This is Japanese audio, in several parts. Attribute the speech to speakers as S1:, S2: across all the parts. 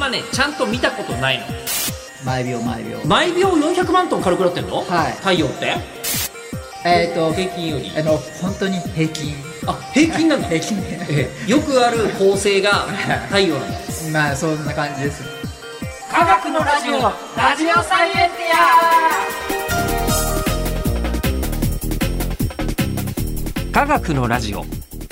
S1: はねちゃんと見たことないの
S2: 毎秒毎秒
S1: 毎秒400万トン軽くなってんの、
S2: はい
S1: 太陽って
S2: えっ、と
S1: 平均より
S2: あの本当に平均
S1: あ平均なんだ、
S2: 平均ね
S1: ええよくある構成が太陽なんだ
S2: まあそんな感じです
S1: 科学のラジオラジオサイエンティア科学のラジオ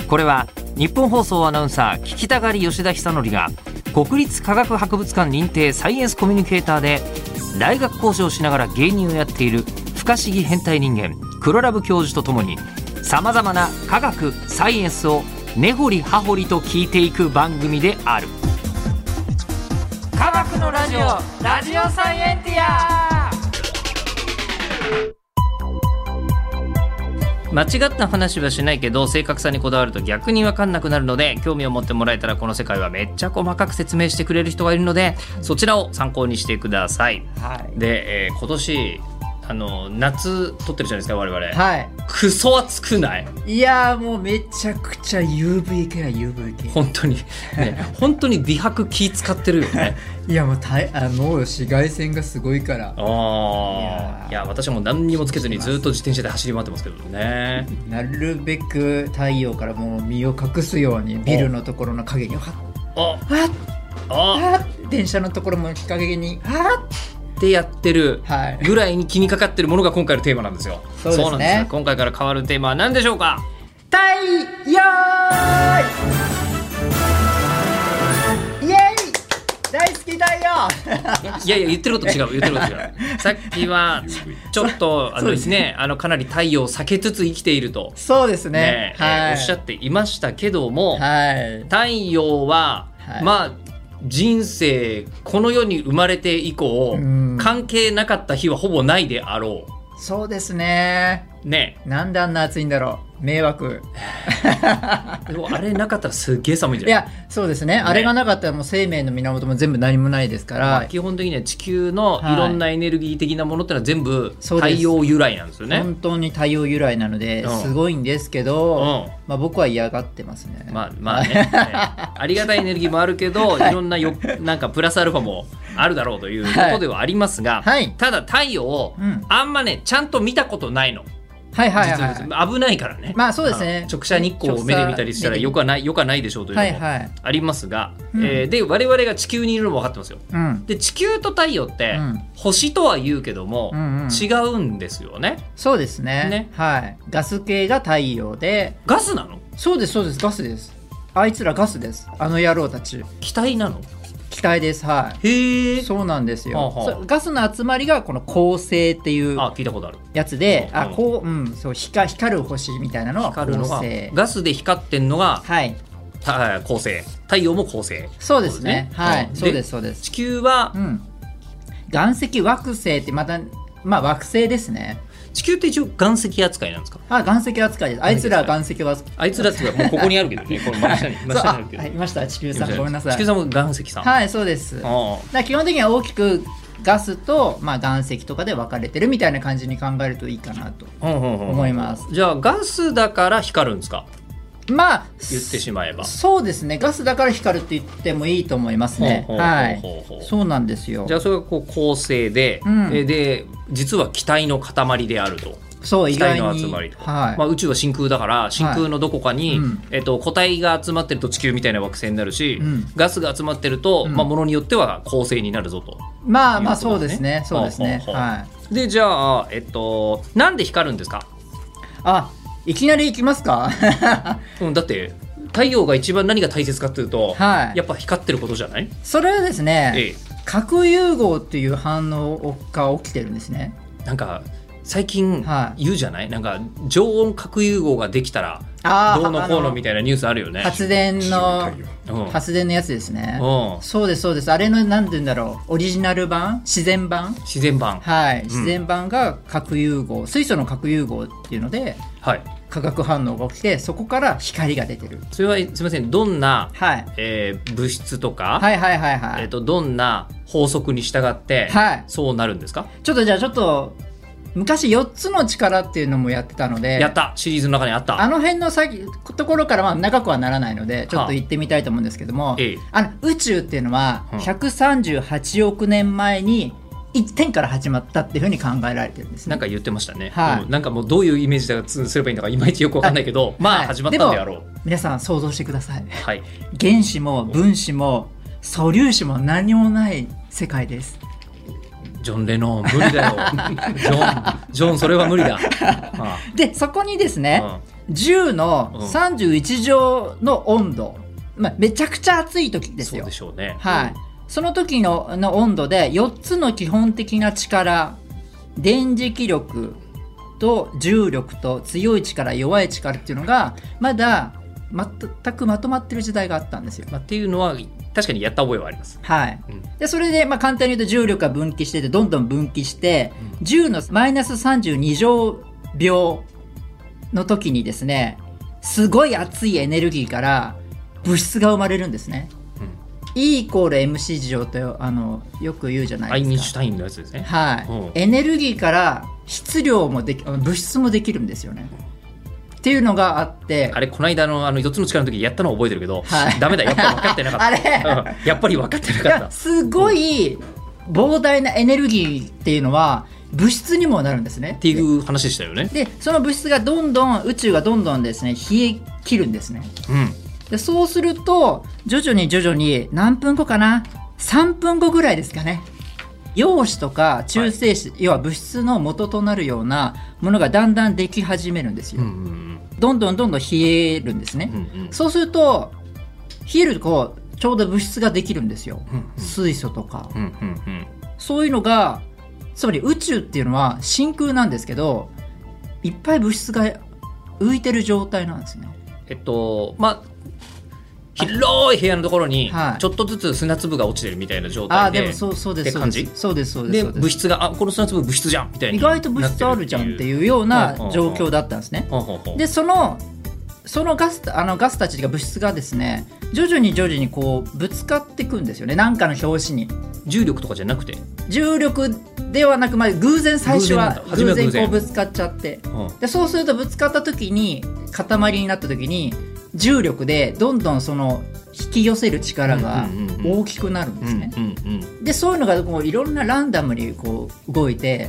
S1: これは日本放送アナウンサー聞きたがり吉田久典が国立科学博物館認定サイエンスコミュニケーターで大学講師をしながら芸人をやっている不可思議変態人間黒ラブ教授とともにさまざまな科学サイエンスを根掘り葉掘りと聞いていく番組である。科学のラジオラジオサイエンティア間違った話はしないけど正確さにこだわると逆に分かんなくなるので興味を持ってもらえたらこの世界はめっちゃ細かく説明してくれる人がいるのでそちらを参考にしてください
S2: はい
S1: で、えー今年あの夏撮ってるじゃないですか我々、
S2: は
S1: クソ暑くない
S2: いいやーもうめちゃくちゃ UV 系や UV 系
S1: 本当に、ね、本当に美白気使ってるよね
S2: いやもうたいあもう紫外線がすごいから
S1: ああ
S2: いやー
S1: いや私も何にもつけずにずっと自転車で走り回ってますけど ね
S2: なるべく太陽からもう身を隠すようにビルのところの影には
S1: あ
S2: っ
S1: あ
S2: はっ電車のところも日陰には
S1: っ
S2: っ
S1: てやってる
S2: はい
S1: ぐらいに気にかかってるものが今回のテーマなんですよ
S2: そうですね
S1: なんですよ今回から変わるテーマは何でしょうか
S2: 太陽イエイ大好き太陽
S1: いやいや言ってること違う言ってること違うさっきはちょっとあのですねあのかなり太陽を避けつつ生きていると
S2: そうです
S1: ね
S2: ね
S1: えーおっしゃっていましたけども、
S2: はい
S1: 太陽は、
S2: はい
S1: まあ人生この世に生まれて以降
S2: うん
S1: 関係なかった日はほぼないであろ
S2: そうですね
S1: う ね
S2: なんであんな暑いんだろう迷惑
S1: でもあれなかったらすっげえ寒いんじ
S2: い
S1: ゃない
S2: やそうですねあれがなかったらもう生命の源も全部何もないですか
S1: まあ
S2: ら、
S1: 基本的には地球の
S2: はい
S1: いろんなエネルギー的なものってのは全部
S2: そう
S1: 太
S2: です
S1: 陽由来なんですよね。
S2: 本当に太陽由来なので
S1: うん
S2: すごいんですけ
S1: う
S2: ど、
S1: ん
S2: まあ、僕は嫌がってますね
S1: まあまあね、 ねありがたいエネルギーもあるけど、いろんなよなんかプラスアルファもあるだろうということではありますが、
S2: はい
S1: ただ太陽を
S2: うん
S1: あんまねちゃんと見たことないの、
S2: はいはいはい、
S1: 実物危ないからね、
S2: まあそうですね
S1: あの直射日光を目で見たりしたら
S2: 直射
S1: よくはないよくはないでしょうという
S2: はい
S1: のも
S2: はい
S1: ありますが、
S2: うん
S1: えーで我々が地球にいるのも分かってますよ。
S2: うん、
S1: で地球と太陽って、
S2: うん
S1: 星とは言うけども、
S2: うんうん
S1: 違うんですよね。
S2: そうですね
S1: ね
S2: はいガス系が太陽で
S1: ガスなの
S2: そうですそうですガスですあいつらガスですあの野郎たち
S1: 気体なの
S2: 気体ですは
S1: へ
S2: い
S1: え。
S2: そうなんですよ、
S1: はあはあ
S2: そうガスの集まりがこの恒星っていう
S1: あ聞いたことある。
S2: やつで
S1: あ
S2: あこううんそう光光る星みたいなのは
S1: 光る
S2: 恒
S1: のが
S2: 星
S1: ガスで光ってんのが
S2: はい
S1: た恒星太陽も恒星
S2: そうで
S1: そうです
S2: すね
S1: ね
S2: は
S1: う
S2: い
S1: ん
S2: そうですそうです
S1: 地球は
S2: うん岩石惑星ってまたまあ惑星ですね
S1: 地球って一応岩石扱いなんですか
S2: あ岩石扱いですあいつらは岩石は
S1: あいつらっていうかもうここにあるけどねこの真下に真
S2: そ
S1: 下
S2: う
S1: にあ
S2: あ
S1: るけど
S2: はいいました地球さんごめんなさ
S1: 地球
S2: い
S1: さんも岩石さん
S2: はいそうですだか
S1: あ
S2: ら基本的には大きくガスと、まあ、岩石とかで分かれてるみたいな感じに考えるといいかなと
S1: あうんうんうん
S2: 思います
S1: じゃあガスだから光るんですか
S2: まあ
S1: 言ってしまえば
S2: そうですねガスだから光るって言ってもいいと思いますね
S1: ほうほう
S2: はい
S1: ほうほうほう
S2: そうなんですよ
S1: じゃあそれがこう恒星で、
S2: うん
S1: えで実は気体の塊であると
S2: そう意
S1: 気
S2: 外
S1: 体
S2: に
S1: の集まりと、
S2: はい、
S1: まあ、宇宙は真空だから真空のどこかに、
S2: うん
S1: えっと個体が集まってると地球みたいな惑星になるし、
S2: うん
S1: ガスが集まってると、
S2: うん
S1: まあ、ものによっては恒星になるぞと。
S2: まあまあ
S1: いうこ
S2: そ
S1: と
S2: う
S1: で
S2: ですす
S1: ね
S2: ねそうですね
S1: ほうほうほう
S2: はい
S1: でじゃあえっとなんで光るんですか、
S2: あいきなり行きま すか
S1: うん、だって太陽が一番何が大切かっていうと、
S2: はい
S1: やっぱ光ってることじゃない、
S2: それはですね、
S1: え
S2: 核融合っていう反応が起きてるんですね
S1: え、なんか最近
S2: はい
S1: 言うじゃないなんか常温核融合ができたら
S2: あー
S1: どうのこう
S2: あ
S1: の
S2: の
S1: みたいなニュースあるよね。
S2: 発電の
S1: うんうん
S2: 発電のやつですねそうですそうですあれのなんて言うんだろうオリジナル版自然版
S1: 自然版
S2: はい自然版が核融合、水素の核融合っていうので
S1: はい
S2: 化学反応が起きてそこから光が出てる
S1: それはすみませんどんな、
S2: はい
S1: えー物質とか、
S2: はいはいはいはい、
S1: えー、とどんな法則に従って、
S2: はい
S1: そうなるんですか
S2: ちょっとじゃあちょっと昔4つの力っていうのもやってたので
S1: やったシリーズの中にあった
S2: あの辺の先ところからまあ長くはならないのでちょっと行ってみたいと思うんですけども、
S1: ええ
S2: あの宇宙っていうのは
S1: うん
S2: 138億年前に1点から始まったっていうふうに考えられてるんですね。
S1: なんか言ってましたね、
S2: はい
S1: うんなんかもうどういうイメージだつすればいいのかいまいちよくわかんないけど、まあ
S2: はい
S1: 始まったんであろう
S2: 皆さん想像してください。
S1: はい
S2: 原子も分子も素粒子も何もない世界です。
S1: ジョン・レノン 無理だよジョンジョンそれは無理だあ
S2: でそこにです
S1: あ
S2: ね、10の
S1: うん
S2: 31乗の温度、まあ、めちゃくちゃ暑い時
S1: うん
S2: です
S1: そう
S2: よ
S1: で。しょうね
S2: はい、その時のの温度で4つの基本的な力電磁気力と重力と強い力弱い力っていうのがまだ全くまとまってる時代があったんですよ。
S1: まあ、っていうのは確かにやった覚えはあります
S2: はい
S1: うん、
S2: でそれで、まあ、簡単に言うと重力が分岐しててどんどん分岐して
S1: う
S2: 10のマイナス32乗秒の時にですねすごい熱いエネルギーから物質が生まれるんですね。
S1: うん、
S2: E イコール MC 事情ってあのよく言うじゃな
S1: アイ
S2: い
S1: ン
S2: で
S1: シュ
S2: すか。
S1: タインのやつですね
S2: はい、
S1: うん
S2: エネルギーから質量もできあの物質もできるんですよね。っていうのがあって
S1: あれこの間のあの4つの力の時やったのは覚えてるけど、
S2: はい
S1: ダメだやっぱ分かってなかった
S2: あれ
S1: うんやっぱり分かってないか
S2: や
S1: っ
S2: すごい膨大なエネルギーっていうのは物質にもなるんですね。
S1: たっていう話でしたよね
S2: でその物質がどんどん宇宙がどんどんですね冷え切るんですね。
S1: うん
S2: でそうすると徐々に徐々に何分後かな3分後ぐらいですかね陽子とか中性子、要は物質の元となるようなものがだんだんでき始めるんです
S1: うん
S2: よ、どんどんどんどん冷えるんです
S1: うんう
S2: ね、
S1: んうん
S2: そうすると冷えるとちょうど物質ができるんですよ、
S1: うん
S2: 水素とか
S1: うんうんうん
S2: そういうのがつまり宇宙っていうのは真空なんですけどいっぱい物質が浮いてる状態なんですね
S1: えっとまあ広い部屋のところに
S2: はい
S1: ちょっとずつ砂粒が落ちてるみたいな状
S2: あ
S1: 態
S2: あー
S1: で,、
S2: でもそうそう
S1: っ
S2: です
S1: て
S2: そう
S1: 感
S2: で
S1: じ
S2: すそうですそうです
S1: で
S2: そうです
S1: 物質があこの砂粒物質じゃんみたいな
S2: 意外と物質あるじゃんっていうような状況だったんですね。
S1: ほうほうほう
S2: でそのそのガスあのガスたちが物質がですね徐々に徐々にこうぶつかっていくんですよねなんかの拍子に
S1: 重力とかじゃなくて、
S2: 重力ではなく、まあ、偶然最初は
S1: 偶然なんだ初めは偶然
S2: こうぶつかっちゃって
S1: うん
S2: でそうするとぶつかった時に塊になった時に重力でどんどんその引き寄せる力が
S1: うんうんうんうん
S2: 大きくなるんですね。
S1: うんうんうん
S2: でそういうのがこういろんなランダムにこう動いて、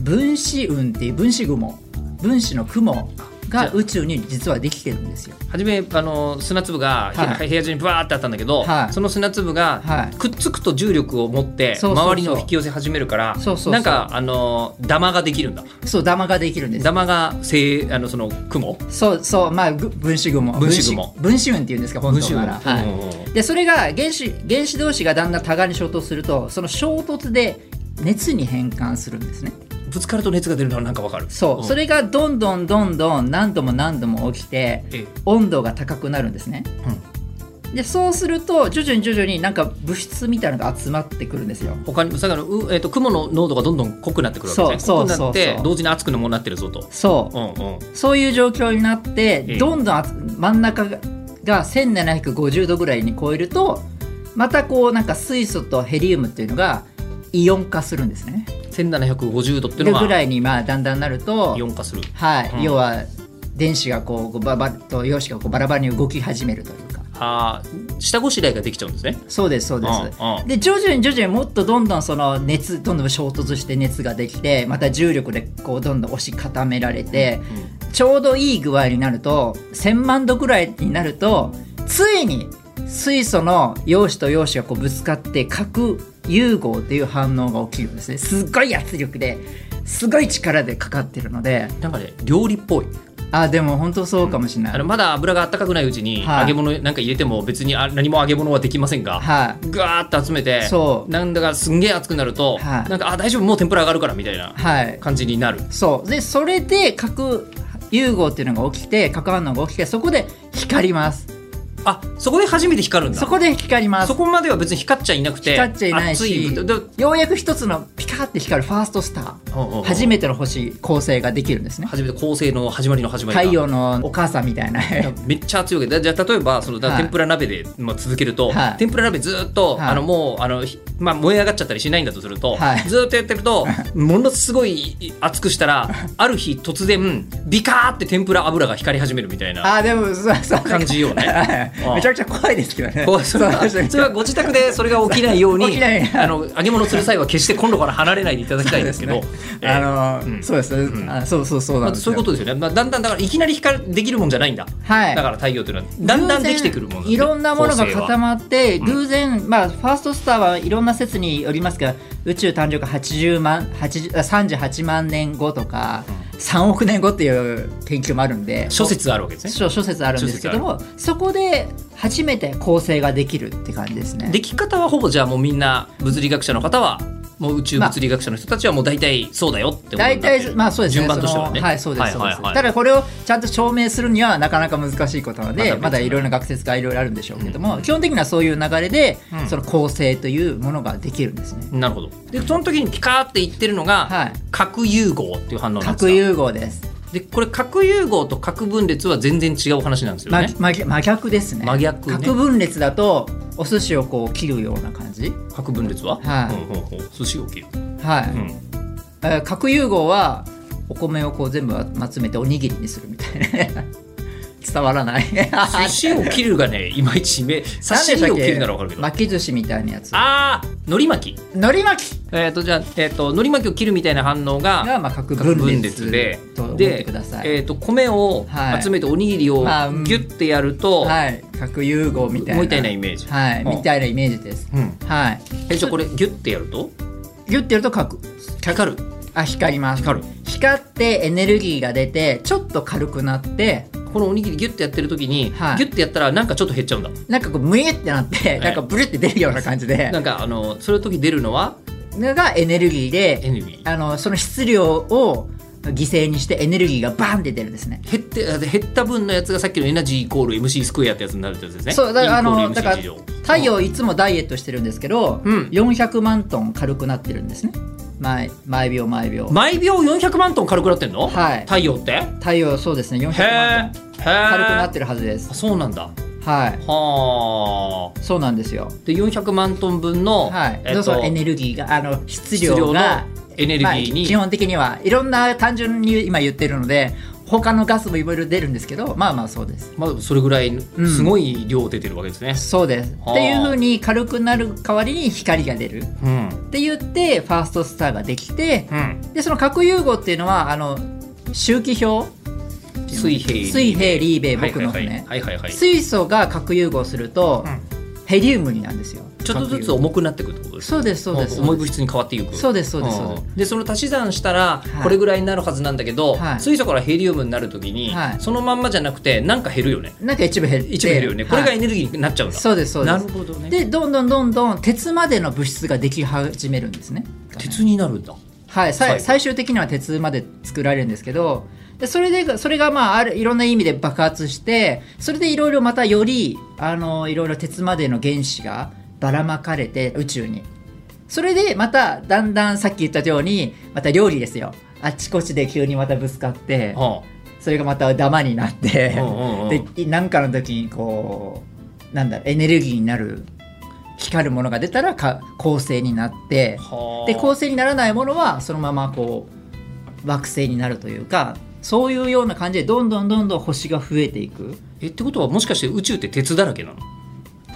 S2: 分子雲っていう分子雲分子の雲が宇宙に実はできてるんですよ。
S1: 初めあの砂粒が、
S2: はい
S1: 部屋中にバーってあったんだけど、
S2: はい
S1: その砂粒が、
S2: はい
S1: くっつくと重力を持って
S2: そうそうそう
S1: 周りのを引き寄せ始めるから
S2: そうそうそう
S1: なんかあのダマができるんだ
S2: そうダマができるんです
S1: ダマがせいあのその雲
S2: そうそうまあぐ分子雲
S1: 分子雲
S2: 分子分子雲って言うんですか本当なら、
S1: 分子雲
S2: は
S1: うんうんうん
S2: い、でそれが原子原子同士がだんだん互いに衝突するとその衝突で熱に変換するんですね
S1: ぶつかると熱が出るのはなんかわかる
S2: そう、
S1: ん
S2: それがどんどんどんどん何度も何度も起きて
S1: ええ
S2: 温度が高くなるんですね、でそうすると徐々に徐々になんか物質みたいなのが集まってくるんですよ
S1: 他にだからう、えー、と雲の濃度がどんどん濃くなってくるわけですね
S2: そ
S1: 濃
S2: う
S1: くなって
S2: そうそうそう
S1: 同時に熱くもなってるぞと、
S2: そう
S1: うんうん、
S2: そういう状況になって、
S1: ええ
S2: どんどんあつ真ん中がが1750度ぐらいに超えるとまたこうなんか水素とヘリウムっていうのがイオン化するんですね。
S1: 1750度っていうの
S2: でぐ
S1: は
S2: らいにまあだんだんなると
S1: イオ、ン化する
S2: はい
S1: うん
S2: 要は電子がこうこうババッと陽子がこうバラバラに動き始めるというか
S1: あー下ごしらえができちゃうんですね
S2: そうですそうです。
S1: うんうん
S2: で徐々に徐々にもっとどんどんその熱どんどん衝突して熱ができてまた重力でこうどんどん押し固められて、ちょうどいい具合になると1000万度ぐらいになるとついに水素の陽子と陽子がこうぶつかって核融合っていう反応が起きるんですねすっごい圧力ですごい力でかかってるので
S1: なんかね料理っぽい
S2: あでも本当そうかもしれない、
S1: あのまだ油が温かくないうちに
S2: はい
S1: 揚げ物なんか入れても別にあ何も揚げ物はできませんが、
S2: はい、
S1: ガーッと集めて
S2: そう
S1: なんだかすんげえ熱くなると、
S2: はい
S1: なんかあ大丈夫もう天ぷら上がるからみたいな
S2: はい
S1: 感じになる
S2: そうでそれで核融合っていうのが起きて核反応が起きてそこで光ります
S1: あそこで初めて光るんだ
S2: そこで光ります
S1: そこまでは別に光っちゃいなくて
S2: 光っちゃいない
S1: 熱い
S2: し
S1: ぶど
S2: ようやく一つのピカって光るファーストスター初
S1: め
S2: めての星構成ができるんですね
S1: 初めて構成の始まりの始まりが
S2: 太陽のお母さんみ たいな
S1: めっちゃ熱いわけでじゃあ例えばそのだから
S2: はい
S1: 天ぷら鍋で、まあ、続けると、
S2: はい
S1: 天ぷら鍋ずっと、
S2: はい
S1: あのもうあのひまあ、燃え上がっちゃったりしないんだとすると、
S2: はい
S1: ずーっとやってる とものすごい熱くしたらある日突然ビカーって天ぷら油が光り始めるみたいな
S2: あーでもそうそう
S1: 感じよね
S2: はい
S1: うん
S2: めちゃくちゃ怖いですけどね
S1: こうそれは
S2: そう
S1: それはご自宅でそれが起きないよう
S2: 起
S1: に
S2: きないように
S1: あの揚げ物する際は決してコンロから離れないでいただきたいんですけど。えー
S2: あの
S1: うん
S2: そうです
S1: ん
S2: あそうそうそうな
S1: ま
S2: ん
S1: あ、
S2: です
S1: そう
S2: よ
S1: いうことですよね、まあ、だんだんだからいきなり光るできるもんじゃないんだ、
S2: はい
S1: だから太陽というのはだんだんできてくるもの
S2: 偶然いろんなものが固
S1: ま
S2: まって
S1: ん
S2: 偶然、まあファーストスターはいろんな説によりますが宇宙誕生が80万80あ38万年後とか、3億年後っていう研究もあるんで
S1: 諸説あるわけですね
S2: 諸諸説あるんですけどもそこで初めて構成ができるって感じですね。
S1: でき方はほぼじゃあもうみんな物理学者の方はもう宇宙物理学者の人たちはもう大体そうだよってこと
S2: 大
S1: になって
S2: 体まあそうですね
S1: 順番としてはね
S2: そのはいそうです、
S1: はいはいはい
S2: そうですただこれをちゃんと証明するにはなかなか難しいことなので
S1: また別の
S2: まだいろいろな学説がいろいろあるんでしょうけども、基本的にはそういう流れで、
S1: うん
S2: その構成というものができるんですね
S1: なるほどでその時にピカーって言ってるのが、
S2: はい
S1: 核融合っていう反応なんです
S2: 核
S1: か
S2: 融合です、
S1: でこれ核融合と核分裂は全然違う話なんですよ
S2: ま
S1: ね、
S2: 真逆真逆ですね
S1: 真逆ね
S2: 核分裂だとお寿司をこう切るような感じ
S1: 核分裂は、
S2: はい
S1: うんうんうん寿司を切る、
S2: はい、
S1: うん
S2: えー核融合はお米をこう全部集めておにぎりにするみたいな 伝わら ない
S1: 寿司を切るがねいまいちめ刺身を切るならわかるけど
S2: 巻き寿司みたいなやつ
S1: ああ海苔巻き
S2: 海苔巻き
S1: えっ、とじゃあ、えー、と海苔巻きを切るみたいな反応が
S2: がまあ核
S1: 核
S2: 分
S1: 分
S2: 裂
S1: 裂で
S2: と思っ
S1: で
S2: てください。
S1: えー、と米を
S2: はい
S1: 集めておにぎりをギ
S2: まあうん
S1: ュッてやると、
S2: はい、核融合みたいな。
S1: もうみたいなイメージ、
S2: はい、
S1: うん
S2: みたいなイメージです。
S1: うん、
S2: はい。
S1: えじゃあこれギュッてやると
S2: ギュってやると核
S1: 光る
S2: あ光ります。
S1: 光る
S2: 光ってエネルギーが出てちょっと軽くなって
S1: このおにぎりギュッてやってる時に、
S2: はい
S1: ギュッてやったらなんかちょっと減っちゃうんだ
S2: なんかこうムエってなって
S1: い
S2: なんかブルって出るような感じで
S1: なんかあのそういう時出るのは
S2: のがエネルギー
S1: エ
S2: で
S1: ネルギー
S2: あのその質量を犠牲にしてエネルギーがバンって出るんですね。
S1: 減ってあで減った分のやつがさっきのエナジーイコール MC スクエアってやつになるってやつですね
S2: そうだからあ
S1: E イ
S2: の
S1: コール
S2: だから
S1: MC 乗
S2: 太陽いつもダイエットしてるんですけど、
S1: うん
S2: 400万トン軽くなってるんですね毎毎秒毎秒
S1: 毎秒400万トン軽くなってんの、
S2: はい
S1: 太陽ってへえ
S2: 太陽そうですね400
S1: へ
S2: 万
S1: え
S2: トン軽くなってるはずです
S1: あそうなんだ
S2: はい
S1: はあ
S2: そうなんですよ
S1: で400万トン分の、
S2: はい、
S1: えっ
S2: そ
S1: と
S2: うエネルギーがあの質
S1: 質量
S2: 量
S1: の
S2: が
S1: エネルギ
S2: まあ
S1: ーに、
S2: 基本的にはいろんな単純に今言ってるので他のガスもいろいろ出るんですけどまあまあそうです
S1: まあ、それぐらいの
S2: うん
S1: すごい量出てるわけですね。
S2: そうです
S1: はあ
S2: っていうふうに軽くなる代わりに光が出るっ
S1: うん
S2: て言ってファーストスターができて
S1: うん、
S2: でその核融合っていうのはあの周期表
S1: 水平
S2: 水平リーベイ僕の
S1: はい
S2: 船、
S1: はいはいはいはいはい
S2: 水素が核融合すると、ヘリウムになるんですよ
S1: ちょっとずつ
S2: 核融合
S1: 重くなっていくってことです
S2: そうですそうです
S1: 重い物質に変わっていく
S2: そうですそうですそうです
S1: んでその足し算したら
S2: い
S1: これぐらいになるはずなんだけど、
S2: はい
S1: 水素からヘリウムになるときに、
S2: はい
S1: そのまんまじゃなくてなんか減るよね
S2: なんか一部減る
S1: 一部減るよね、これがエネルギーになっちゃうんだ
S2: そうですそうで
S1: な
S2: す
S1: るほどね
S2: でどんどんどんどん鉄までの物質ができ始めるんですね
S1: 鉄になるんだ
S2: はいさ
S1: 最
S2: い
S1: 後
S2: 最終的には鉄まで作られるんですけどでそれでそれがまああるいろんな意味で爆発してそれでいろいろまたよりあのいろいろ鉄までの原子がばらまかれて宇宙にそれでまただんだんさっき言ったようにまた料理ですよあっちこっちで急にまたぶつかって
S1: は
S2: それがまたダマになって
S1: あうんうんうん
S2: で何かの時にこうなんだろうエネルギーになる光るものが出たらか恒星になって
S1: はあ
S2: で恒星にならないものはそのままこう惑星になるというかそういうような感じでどんどんどんどん星が増えていく
S1: えってことはもしかして宇宙って鉄だらけなの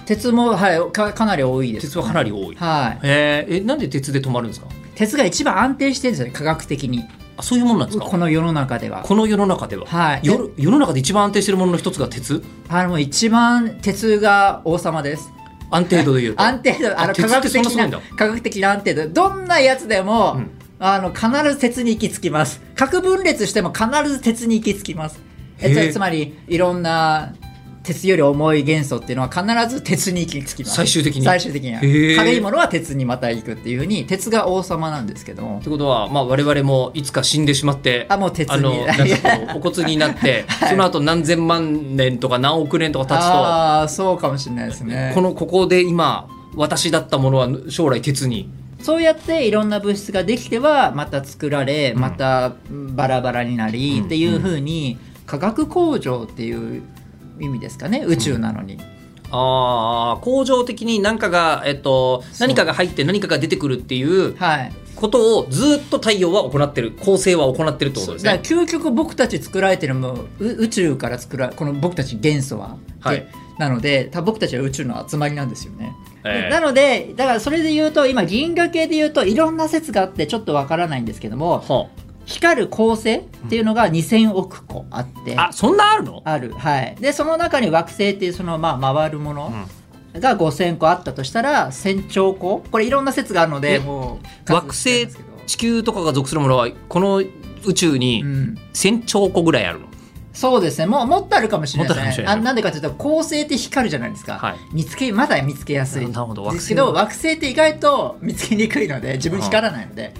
S2: 鉄も、はい、かかなり多いです
S1: 鉄はかなり多い、
S2: はい
S1: えーえなんで鉄で止まるんですか
S2: 鉄が一番安定してるんですよね科学的に
S1: あそういうもんなんですか
S2: この世の中では
S1: この世の中では、
S2: はい
S1: よ世の中で一番安定してるものの一つが鉄
S2: あのもう一番鉄が王様です
S1: 安定度で言うと
S2: 安定度あの
S1: あ鉄
S2: 科
S1: って
S2: 学
S1: そんな
S2: 的
S1: すごい
S2: なん
S1: だ
S2: 科学的な安定度どんなやつでも、
S1: うん
S2: あの必ず鉄に行き着きます核分裂しても必ず鉄に行き着きますえ
S1: へえ
S2: つつまりいろんな鉄より重い元素っていうのは必ず鉄に行き着きます
S1: 最終的に
S2: 最終的には
S1: へえ
S2: 軽いものは鉄にまた行くっていうふうに鉄が王様なんですけど
S1: ってことは、まあ、我々もいつか死んでしまって
S2: あもう鉄に
S1: あの なんかこうお骨になって、その後何千万年とか何億年とか経つと
S2: ああそうかもしれないですね
S1: このここで今私だったものは将来鉄に
S2: そうやっていろんな物質ができてはまた作られ
S1: ん
S2: またバラバラになり、
S1: うん
S2: っていうふうに化学工場っていう意味ですかね宇宙なのに、
S1: ああ恒常的に何かが、えっと、
S2: そう
S1: 何かが入って何かが出てくるっていう
S2: はい
S1: ことをずっと太陽は行ってる構成は行ってるってことです
S2: だから
S1: ね。
S2: 究極僕たち作られてるもうう宇宙から作らこの僕たち元素は、
S1: はい
S2: でなので多分僕たちは宇宙の集まりなんですよね、
S1: ええ
S2: なのでだからそれで言うと今銀河系で言うといろんな説があってちょっとわからないんですけども
S1: は
S2: 光る恒星っていうのが2000億個あって、
S1: ああそんなあるの
S2: あるはいでその中に惑星っていうそのまあ回るものが5000個あったとしたら1000兆個これいろんな説があるの
S1: え
S2: でもう
S1: 惑星
S2: 数えちゃいます
S1: 地球とかが属するものはこの宇宙
S2: けどう
S1: に
S2: ん
S1: 1,000兆個ぐらいあるの。
S2: そうですねもうもっとあるかもしれ
S1: もっ
S2: ない
S1: とある
S2: です
S1: かもしれ
S2: ね
S1: ない
S2: あなんでかというと恒星って光るじゃないですか、
S1: はい
S2: 見つけまだ見つけやすい
S1: なるほど惑
S2: で
S1: 星
S2: すけど惑星って意外と見つけにくいので自分光らないので、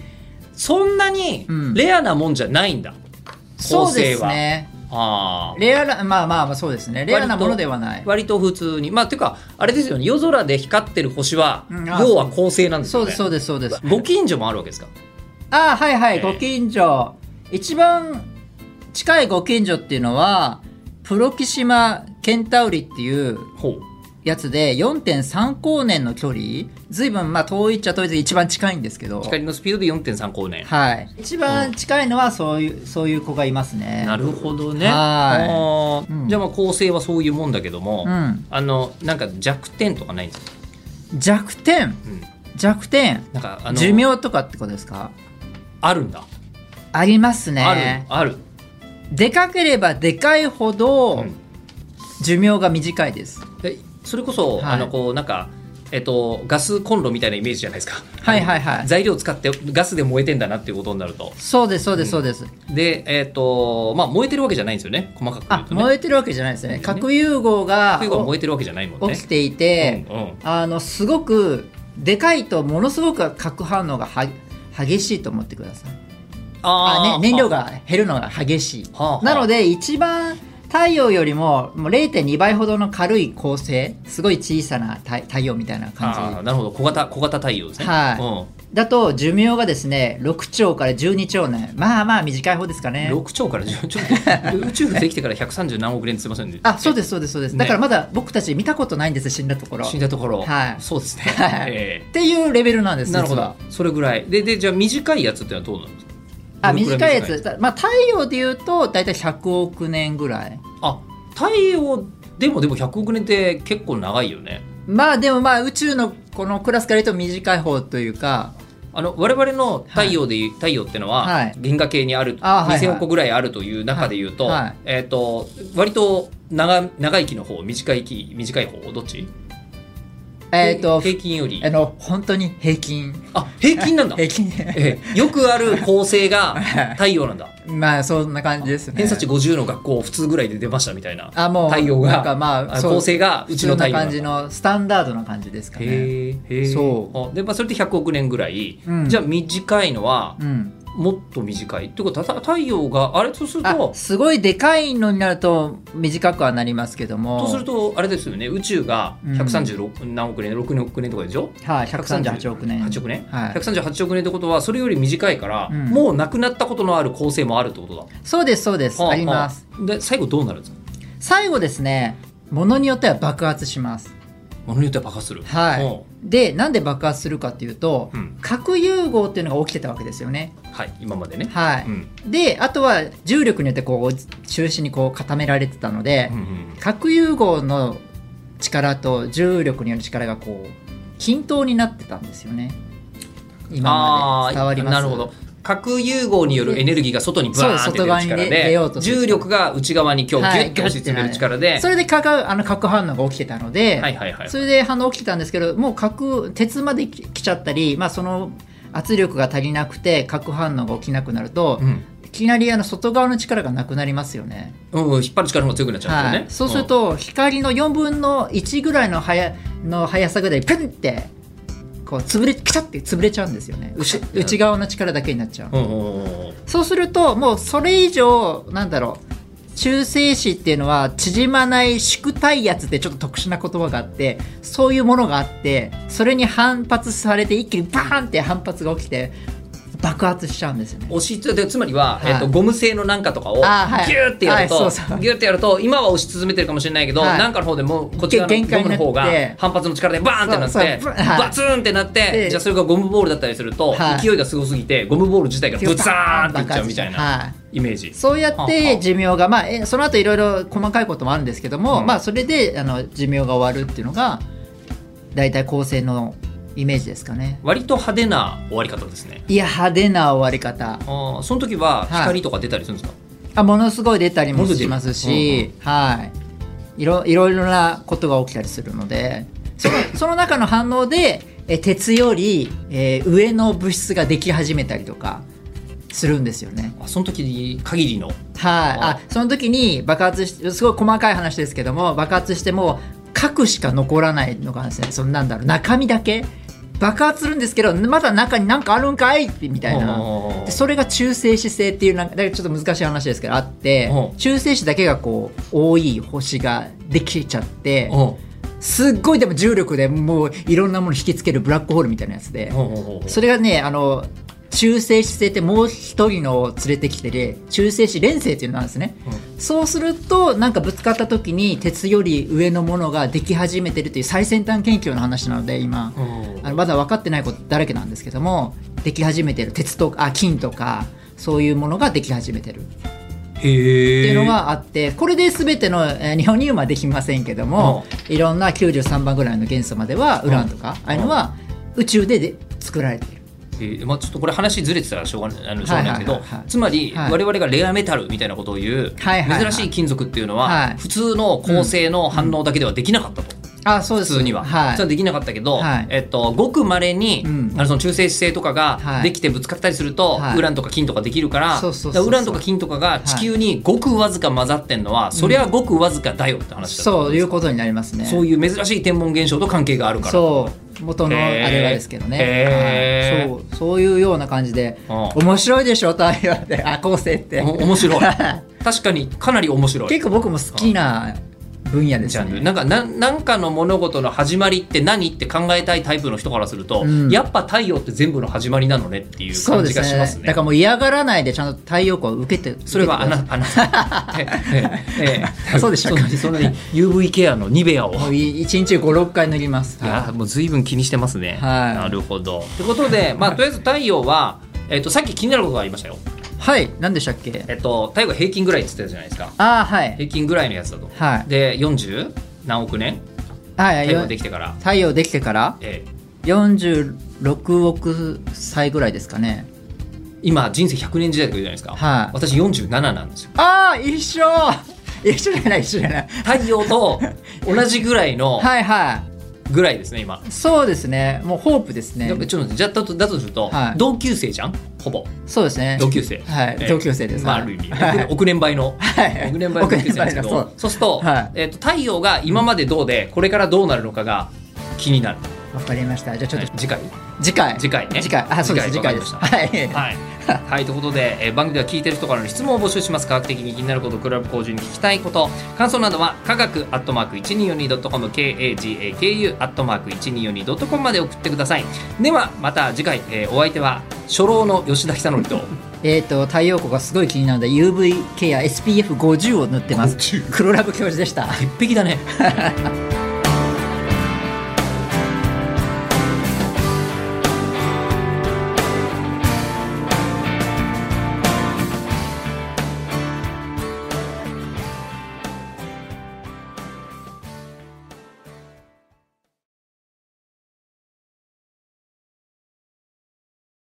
S1: そんなに
S2: うん
S1: レアなもんじゃないんだ。恒
S2: そう
S1: 星
S2: で
S1: は
S2: すね
S1: ああ
S2: レアなまあまあまあそうですねレアなものではない
S1: 割と普通にまあていうかあれですよね夜空で光ってる星は、
S2: うんあ
S1: 要は恒星なんです
S2: そ
S1: よ
S2: う
S1: ね
S2: ですそうですそうです
S1: ご近所もあるわけですか
S2: ああはいはい、
S1: ええ
S2: ご近所一番近いご近所っていうのはプロキシマケンタウリっていう
S1: ほう
S2: やつで4.3光年の距離ずいぶんまあ遠いっちゃ遠いですけど一番近いんですけど
S1: 光のスピードで4.3光年、
S2: はい一番近いのはそういうそういう子がいますね
S1: なるほどね
S2: はい
S1: あー
S2: うん
S1: じゃあまあ恒星はそういうもんだけども、
S2: うん
S1: あのなんか弱点とかないんですか、
S2: 弱
S1: う
S2: 点
S1: ん
S2: 弱点
S1: なんかあの
S2: 寿命とかってことですか
S1: あるんだ、
S2: あります
S1: ある
S2: ね
S1: ある、
S2: でかければでかいほ
S1: う
S2: ど
S1: ん
S2: 寿命が短いです、
S1: えそれこそ、
S2: はい
S1: あのこうなんかえっとガスコンロみたいなイメージじゃないですか
S2: はいはいはい
S1: 材料使ってガスで燃えてんだなっていうことになると
S2: そうですそうですそうです、
S1: で、えっ、と、まあ、燃えてるわけじゃないんですよね。細かく言
S2: あ
S1: うとね。
S2: 燃えてるわけじゃないですね
S1: ね
S2: 核融合が
S1: 核融合は燃えてるわけじゃないもんね。
S2: 起きていて、
S1: うんうん
S2: あのすごくでかいとものすごく核反応がは激しいと思ってくださいあ、ね、燃料。が減るのが激しい
S1: はあはあ
S2: なので一番太陽よりももう0.2倍ほどの軽い恒星すごい小さな太太陽みたいな
S1: あ
S2: 感
S1: あ
S2: じ
S1: なるほど小型小型太陽ですね。
S2: はだと寿命がですね6兆から12兆年まあまあ短い方ですか
S1: うん
S2: ね
S1: 六兆から10ちょっと宇宙できてから百三十何億年って言ってませんでしたっ
S2: あ
S1: け
S2: そうですそうですそうです、
S1: ね
S2: だからまだ僕たち見たことないんです死んだところ
S1: 死んだところ。
S2: はい
S1: そうですね。
S2: はい
S1: え
S2: っていうレベルなんで
S1: え
S2: す
S1: なるほ
S2: 実は
S1: ど。それぐらいででじゃあ短いやつってのはどうなんですか。
S2: あ
S1: どれくら
S2: 短いやつ、まあ、太陽でいうと大体100億年ぐらい
S1: あ太陽でもでも百億年って結構長いよね。
S2: まあでもまあ宇宙のこのクラスから言うと短い方というか
S1: あの我々の太陽でいう、太陽ってのは、
S2: はい
S1: 銀河系にある
S2: あはいはい
S1: 2000億個ぐらいあるという中でいうと,、
S2: はいはい
S1: えー、と割と長長生きの方短いき短い方どっち
S2: えっ、と
S1: 平均より
S2: あの本当に平均
S1: あ平均なんだ、
S2: 平均
S1: ええよくある構成が太陽なんだ
S2: まあそんな感じですね
S1: 偏差値50の学校普通ぐらいで出ましたみたいな
S2: あもう
S1: 太陽が
S2: なんかまあ
S1: あ構成がうちの太陽
S2: そん
S1: な
S2: なん感
S1: だ
S2: じのスタンダードな感じですかね
S1: へえへえ
S2: そう
S1: あで、まあ、それで100億年ぐらい、
S2: うん
S1: じゃあ短いのは
S2: うん
S1: もっと短いってことはた太陽があれとする
S2: あ
S1: と
S2: すごいでかいのになると短くはなりますけども
S1: とするとあれですよね宇宙が136、何億年6億年とかでしょ
S2: はい、138億年
S1: 8億年、
S2: はい
S1: 138億年ってことはそれより短いから、
S2: うん
S1: もうなくなったことのある構成もあるってことだ
S2: そうですそうです
S1: は
S2: あります
S1: はあで最後どうなるんですか
S2: 最後ですねものによっては爆発します
S1: ものによっては爆発する
S2: はい
S1: おう
S2: でなんで爆発するかっていうと、
S1: うん
S2: 核融合っていうのが起きてたわけですよね
S1: はい今までね、
S2: はい、
S1: うん
S2: であとは重力によってこう中心にこう固められてたので、
S1: うんうん
S2: 核融合の力と重力による力がこう均等になってたんですよね今ま
S1: あ
S2: で
S1: ー
S2: 伝わります
S1: なるほど核融合によるエネルギーが外にバーンって出る力
S2: そう外側
S1: で
S2: に出出ようとする
S1: 重力が内側に今日
S2: は
S1: ギュッ
S2: い
S1: と押し詰める力で、
S2: それで核あの核反応が起きてたので、
S1: はいはいはい
S2: それで反応起きてたんですけどもう核鉄まで来ちゃったり、まあ、その圧力が足りなくて核反応が起きなくなると、
S1: うん
S2: いきなりあの外側の力がなくなりますよね。
S1: うん、引っ張る力も強くなっちゃうんだ
S2: は
S1: よね、
S2: い、そうすると光の4分の1ぐらいの速の速さぐらいプンってこう潰れピチャって潰れちゃうんですよね内
S1: うん
S2: 内側の力だけになっちゃう、
S1: うん、うんうんうんうん
S2: そうするともうそれ以上なんだろう中性子っていうのは縮まない縮体圧ってちょっと特殊な言葉があってそういうものがあってそれに反発されて一気にバーンって反発が起きて爆発しちゃうんですよね。
S1: 押しつでつまりは、
S2: はい
S1: えっとゴム製のなんかとかをギ
S2: あーはい
S1: ューってやると、
S2: はいそうそう
S1: ギューってやると今は押し続めてるかもしれないけど、
S2: はい
S1: なんかの方でもこっち側
S2: げ
S1: の
S2: 限
S1: ゴ
S2: 界
S1: ムの方が
S2: になって
S1: 反発の力でバーンってなっ
S2: そうそ
S1: て
S2: うブはい
S1: バツーンってなって、
S2: で
S1: じゃあそれがゴムボールだったりすると、
S2: はい
S1: 勢いがすごすぎてゴムボール自体がブツァーンっていっちゃうみたいな
S2: はい
S1: イメージ。
S2: そうやっ
S1: はあはあ
S2: て寿命が、まあ、えその後いろいろ細かいこともあるんですけども、
S1: うん
S2: まあ、それであの寿命が終わるっていうのが大体構成のイメージですかね
S1: 割と派手な終わり方ですね。
S2: いや派手な終わり方
S1: あーその時は
S2: はい
S1: 光とか出たりするんですか、
S2: あものすごい出たりもしますし、はいいろいろいろなことが起きたりするのでそ のその中の反応でえ鉄より、えー上の物質ができ始めたりとかするんですよね。
S1: あその時に限りの
S2: はい、
S1: はい
S2: あその時に爆発してすごい細かい話ですけども爆発しても核しか残らないのがですねそのなんだろう中身だけ爆発するんですけどまだ中に何かあるんかいってみたいな
S1: おー
S2: でそれが中性子星っていうなんかだからちょっと難しい話ですけどあって
S1: うん
S2: 中性子だけがこう多い星ができちゃって
S1: おー
S2: すっごいでも重力でもういろんなもの引きつけるブラックホールみたいなやつで。
S1: おーおー
S2: それがね、あの、中性子星ってもう一人のを連れてきてて、中性子連星っていうのなんですね。そうすると、なんかぶつかった時に鉄より上のものができ始めてるという最先端研究の話なので、今。
S1: おー
S2: あのまだ分かってないことだらけなんですけども、でき始めてる鉄とか、あ、金とか、そういうものができ始めてるって
S1: へえ
S2: いうのがあって、これで全ての、えー日本にはできませんけども、いろんな93番ぐらいの元素までは、ウランとか、ああいうのは宇宙でで作られてる。
S1: えーまあ、ちょっとこれ話ずれてたらしょうがないあのしょうがないですけど、
S2: はいはいはいはい
S1: つまり、
S2: はい
S1: 我々がレアメタルみたいなことを言う、
S2: はいはいはい
S1: 珍しい金属っていうのは、
S2: はい
S1: 普通の構成の反応だけではできなかったと、
S2: あそうで
S1: 普
S2: す
S1: 通には、
S2: はい
S1: それはできなかったけど、
S2: はい
S1: えっと、ごくまれに、
S2: うん
S1: あのその中性子星とか
S2: は
S1: が
S2: い
S1: できてぶつかったりすると、
S2: はい
S1: ウランとか金とかできるから
S2: そうそうそうそう
S1: だからウランとか金とかが地球にごくわずか混ざってんのは、そりゃごくわずかだよって話だった
S2: そういうことになりますね
S1: そういう珍しい天文現象と関係があるから
S2: そう元のあれがですけど
S1: へー
S2: ね、はいそうそういうような感じで
S1: うん
S2: 面白いでしょ太陽ってあ構成って
S1: お面 白い確かにかなり面白い
S2: 結構僕も好きな分野で
S1: ジ
S2: す
S1: ャ
S2: ね
S1: ンルなんかななんかの物事の始まりって何って考えたいタイプの人からすると、
S2: うん
S1: やっぱ太陽って全部の始まりなのねっていう感じがしますね。
S2: だからもう嫌がらないでちゃんと太陽光を受けて
S1: それはあな
S2: 受けて
S1: あな た、ええええ
S2: そうでしたか
S1: そそんなに UV ケアのニベアを
S2: くださいもうい一日56回塗ります
S1: いやもう随分気にしてますね。
S2: はい
S1: なるほど。ということで、まあ、とりあえず太陽は、えっとさっき気になることがありましたよ。
S2: はい何でしたっけ
S1: えっと太陽が平均ぐらいって言ってたじゃないですか。
S2: ああはい
S1: 平均ぐらいのやつだと。
S2: はい
S1: で40何億年
S2: はい
S1: 太陽
S2: よ
S1: ができてから。
S2: 太陽できてから
S1: ええ
S2: 46億歳ぐらいですかね
S1: 今人生100年時代とか言うじゃないですか、
S2: はい
S1: 私47なんですよ
S2: ああ一緒 一緒じゃない一緒じゃない
S1: 太陽 と同じぐらいの
S2: はいは
S1: ぐらいですね今
S2: いそうですねもうホープですね
S1: やっぱちょっとじゃあだとだとすると、
S2: はい
S1: 同級生じゃんほぼ
S2: そうですね
S1: 同級生
S2: はい
S1: ええ
S2: 同級生です
S1: まあ、
S2: はい
S1: ある意味、
S2: はい
S1: 億年倍の、
S2: はい
S1: 億年倍の同級生なんですけど
S2: 億年倍の
S1: そうすると,、
S2: はい
S1: えっと太陽が今までどうでこれからどうなるのかが気になる
S2: わかりましたじゃあちょっと
S1: はい次回
S2: 次回
S1: 次回ね
S2: 次回あそうです
S1: 次
S2: 次
S1: 回
S2: 回
S1: わ
S2: です
S1: か
S2: はい
S1: はい、はい、ということで、えー番組では聞いてる人からの質問を募集します科学的に気になることクラブ工事に聞きたいこと感想などは科学アットマーク 1242.com kagaku アットマーク 1242.com まで送ってくださいではまた次回、えーお相手は初老の吉田久典と
S2: えっと太陽光がすごい気になるので UV ケア SPF50 を塗ってます黒ラブ教授でした
S1: 鉄壁だね